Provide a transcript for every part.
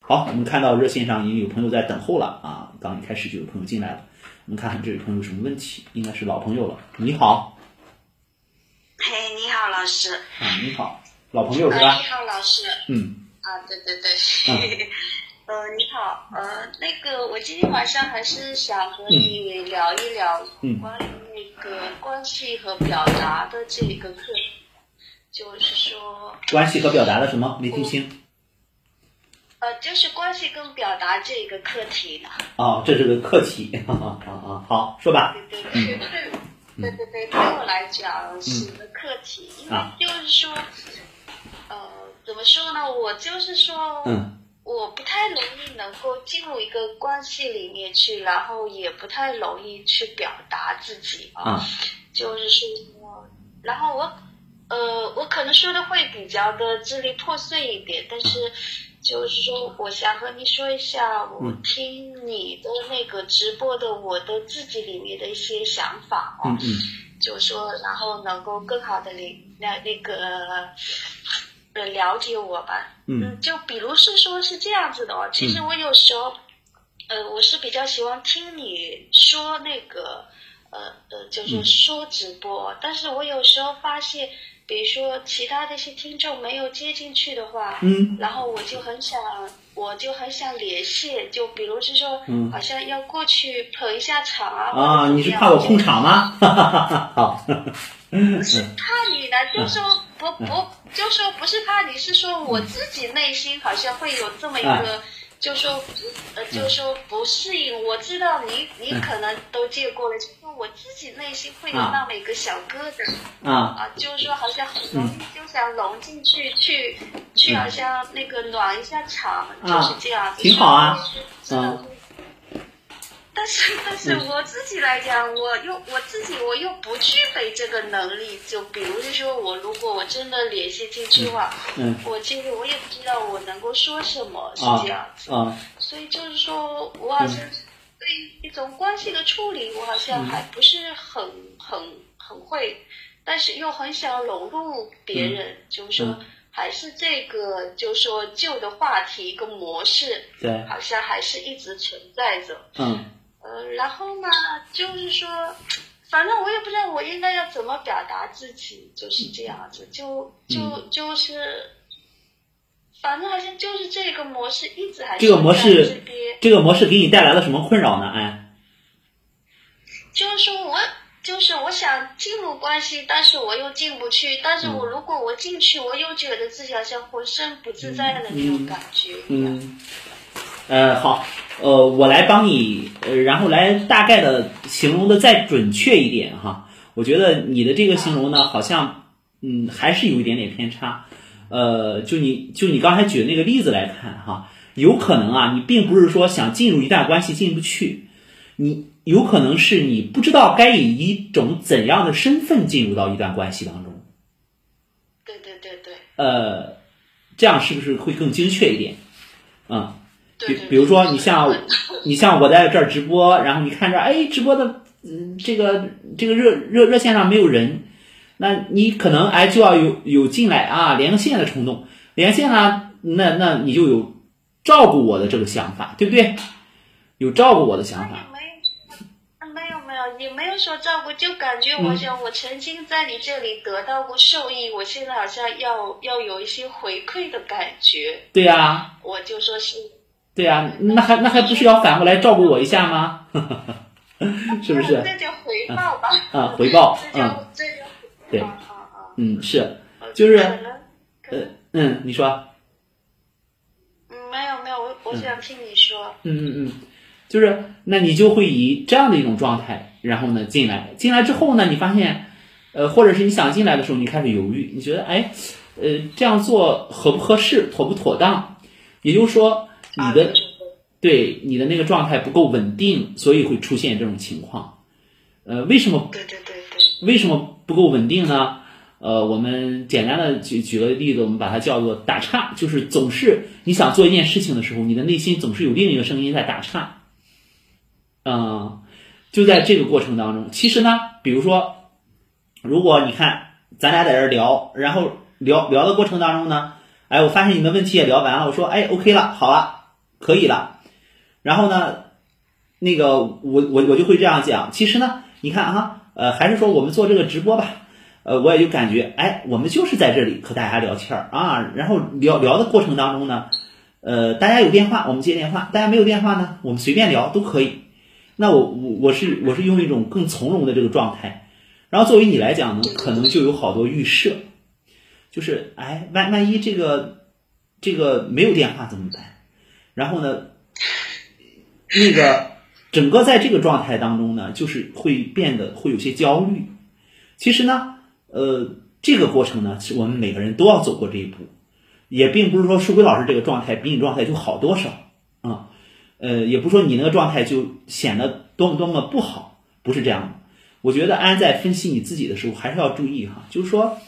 好，我们看到热线上已经有朋友在等候了啊，刚一开始就有朋友进来了。我们看看这位朋友有什么问题，应该是老朋友了。你好嘿，你好，老师。啊，你好，老朋友是嗯啊，吧你？好，老师。嗯，啊，对对对。 呃，你好，呃，那个，我今天晚上还是想和你聊一聊嗯关于那个关系和表达的这个课，就是说，关系和表达的什么没听清呃，就是关系跟表达这个课题呢。啊？这是个课题啊啊啊！好，说吧。对对嗯对，对对对，对我来讲是个课题，因为啊就是说，呃，怎么说呢？我就是说，嗯我不太容易能够进入一个关系里面去，然后也不太容易去表达自己啊，啊就是说，然后我，呃，我可能说的会比较的支离破碎一点，但是就是说，我想和你说一下，我嗯听你的那个直播的我的自己里面的一些想法哦，嗯嗯就说然后能够更好的理那那个呃了解我吧，嗯嗯，就比如是说是这样子的哦，其实我有时候，呃，我是比较喜欢听你说那个，呃呃，就是嗯说直播，但是我有时候发现，比如说其他的一些听众没有接进去的话，嗯然后我就很想，我就很想联系，就比如是说，嗯好像要过去捧一下场啊，或者啊！怎你么是样怕我就控场吗？哈哈哈哈！好，是怕你呢，就说不不，就说不是怕你，是说我自己内心好像会有这么一个，就说呃，就说不适应。我知道你你可能都见过了，就说我自己内心会有啊那么一个小疙瘩啊啊，就是说好像很容易就想融进去，去去嗯好像那个暖一下场，啊就是这样。挺好啊就是，嗯但是但是嗯我自己来讲，我又我自己我又不具备这个能力。就比如是说我如果我真的联系进去的话，嗯我其实我也不知道我能够说什么，是啊这样子。啊所以就是说我好嗯像对一种关系的处理，我好像还不是很很很会，但是又很想融入别人，就是说嗯还是这个，就是说旧的话题跟模式，对好像还是一直存在着。嗯呃，然后呢，就是说，反正我也不知道我应该要怎么表达自己，就是这样嗯子，就就就是，反正好像就是这个模式一直还这个模式在这边，这个模式给你带来了什么困扰呢？哎就是说我。就是我想进入关系，但是我又进不去。但是我如果我进去，我又觉得自己好像浑身不自在的那种感觉一样。嗯呃好呃我来帮你呃然后来大概的形容的再准确一点哈，我觉得你的这个形容呢好像嗯还是有一点点偏差，呃就你就你刚才举的那个例子来看哈，有可能啊你并不是说想进入一段关系进不去，你有可能是你不知道该以一种怎样的身份进入到一段关系当中。对对对对呃，这样是不是会更精确一点？嗯，对比对对比如说你像对你像我在这儿直播，然后你看着哎直播的，嗯，这个这个热热热线上没有人，那你可能哎就要有有进来啊连个线的冲动，连线呢、那那你就有照顾我的这个想法，对不对？有照顾我的想法，没有，嗯没有没有，你没有说照顾，就感觉我想我曾经在你这里得到过受益，我现在好像要要有一些回馈的感觉，对呀、我就说是，对呀、那还那还不是要反过来照顾我一下吗？ 是不是这叫回报吧？啊？回报， 嗯。这叫这叫对啊啊嗯，是，啊！就是可能呃可能，嗯，你说，嗯没有没有，我我想听你说，嗯嗯嗯，就是，那你就会以这样的一种状态，然后呢进来，进来之后呢，你发现，呃，或者是你想进来的时候，你开始犹豫，你觉得，哎，呃，这样做合不合适，妥不妥当？也就是说，你啊的、对你的那个状态不够稳定，所以会出现这种情况。呃，为什么对对对对，为什么不够稳定呢？呃，我们简单的举举个例子，我们把它叫做打岔，就是总是你想做一件事情的时候，你的内心总是有另一个声音在打岔。嗯、就在这个过程当中，其实呢，比如说，如果你看咱俩在这儿聊，然后聊聊的过程当中呢，哎，我发现你的问题也聊完了，我说，哎，OK 了，好了，可以了。然后呢，那个我我我就会这样讲。其实呢，你看啊，呃，还是说我们做这个直播吧。呃，我也就感觉，哎，我们就是在这里和大家聊天儿啊。然后聊聊的过程当中呢，呃，大家有电话我们接电话，大家没有电话呢，我们随便聊都可以。那我我我是我是用一种更从容的这个状态。然后作为你来讲呢，可能就有好多预设，就是哎，万万一这个这个没有电话怎么办？然后呢，那个整个在这个状态当中呢，就是会变得会有些焦虑。其实呢。呃，这个过程呢，是我们每个人都要走过这一步，也并不是说树辉老师这个状态比你状态就好多少啊、嗯，呃，也不是说你那个状态就显得多么多么不好，不是这样的。我觉得安在分析你自己的时候，还是要注意哈，就是说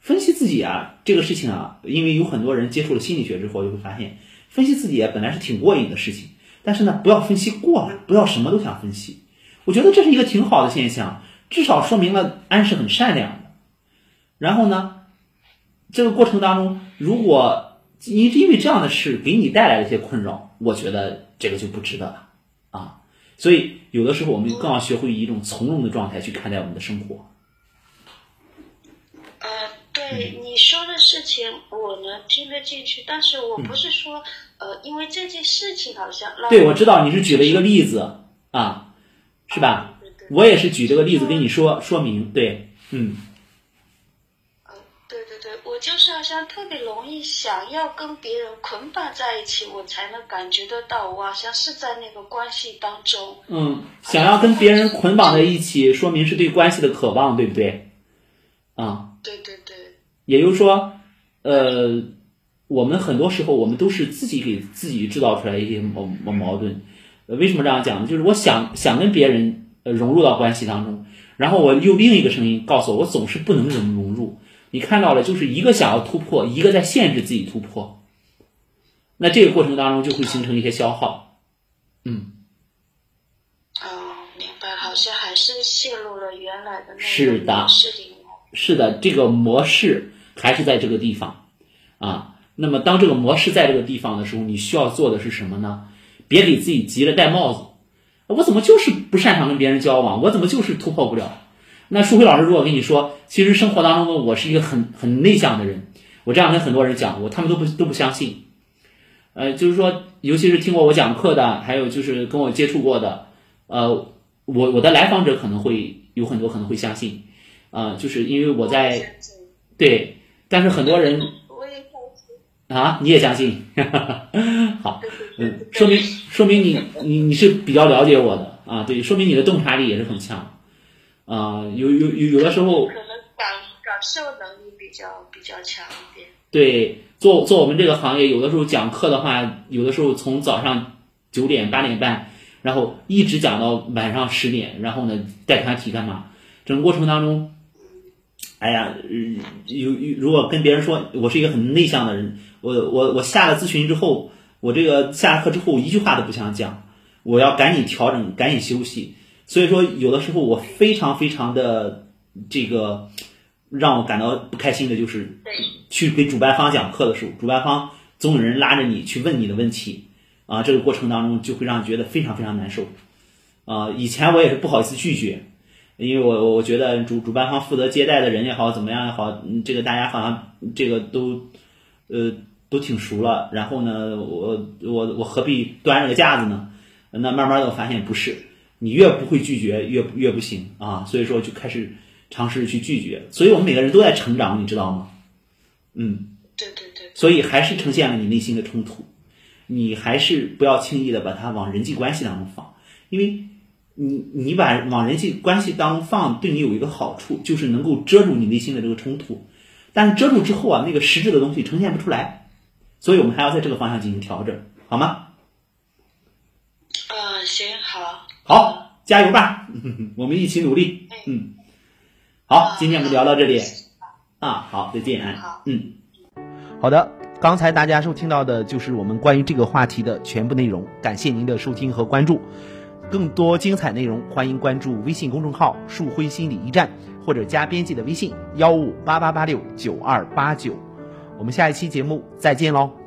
分析自己啊，这个事情啊，因为有很多人接触了心理学之后，就会发现分析自己啊，本来是挺过瘾的事情，但是呢，不要分析过了，不要什么都想分析。我觉得这是一个挺好的现象，至少说明了安是很善良的。然后呢，这个过程当中，如果因因为这样的事给你带来了一些困扰，我觉得这个就不值得了啊。所以有的时候我们更要学会一种从容的状态去看待我们的生活。呃，对嗯你说的事情我能听得进去，但是我不是说、嗯、呃，因为这件事情好像对我知道你是举了一个例子啊，是吧？对对我也是举这个例子跟你说说明，对，嗯。就是好像特别容易想要跟别人捆绑在一起，我才能感觉得到我好像是在那个关系当中。嗯，想要跟别人捆绑在一起，说明是对关系的渴望，对不对？啊、嗯，对对对。也就是说，呃，我们很多时候我们都是自己给自己制造出来一些矛矛矛盾。呃，为什么这样讲呢？就是我想想跟别人呃融入到关系当中，然后我又另一个声音告诉我，我总是不能融融入。你看到了，就是一个想要突破，一个在限制自己突破。那这个过程当中就会形成一些消耗。嗯。哦，明白，好像还是陷入了原来的那是的，是的，这个模式还是在这个地方啊。那么，当这个模式在这个地方的时候，你需要做的是什么呢？别给自己急着戴帽子。我怎么就是不擅长跟别人交往？我怎么就是突破不了？那舒辉老师如果跟你说，其实生活当中我是一个很很内向的人，我这样跟很多人讲过，他们都不都不相信。呃，就是说，尤其是听过我讲课的，还有就是跟我接触过的，呃，我我的来访者可能会有很多可能会相信，啊、呃，就是因为我在对，但是很多人啊，你也相信，好，嗯，说明说明你你你是比较了解我的啊，对，说明你的洞察力也是很强。啊、呃，有有有有的时候，可能感感受能力比较比较强一点。对，做做我们这个行业，有的时候讲课的话，有的时候从早上九点八点半，然后一直讲到晚上十点，然后呢带团体干嘛？整个过程当中，哎呀，有如果跟别人说我是一个很内向的人，我我我下了咨询之后，我这个下了课之后一句话都不想讲，我要赶紧调整，赶紧休息。所以说，有的时候我非常非常的这个让我感到不开心的就是，去给主办方讲课的时候，主办方总有人拉着你去问你的问题啊，这个过程当中就会让觉得非常非常难受啊。以前我也是不好意思拒绝，因为我我觉得主主办方负责接待的人也好，怎么样也好，嗯这个大家好像这个都呃都挺熟了，然后呢，我我我何必端着个架子呢？那慢慢的我发现不是。你越不会拒绝，越越不行啊！所以说就开始尝试去拒绝，所以我们每个人都在成长，你知道吗？嗯，对对对。所以还是呈现了你内心的冲突，你还是不要轻易的把它往人际关系当中放，因为你你把往人际关系当中放，对你有一个好处，就是能够遮住你内心的这个冲突，但是遮住之后啊，那个实质的东西呈现不出来，所以我们还要在这个方向进行调整，好吗？嗯、呃，行，好。哎好，加油吧！ 我们一起努力。嗯，好，今天我们聊到这里啊，好，再见。嗯，好的，刚才大家收听到的就是我们关于这个话题的全部内容，感谢您的收听和关注。更多精彩内容，欢迎关注微信公众号“树辉心理驿站”或者加编辑的微信幺五八八八六九二八九。我们下一期节目再见喽！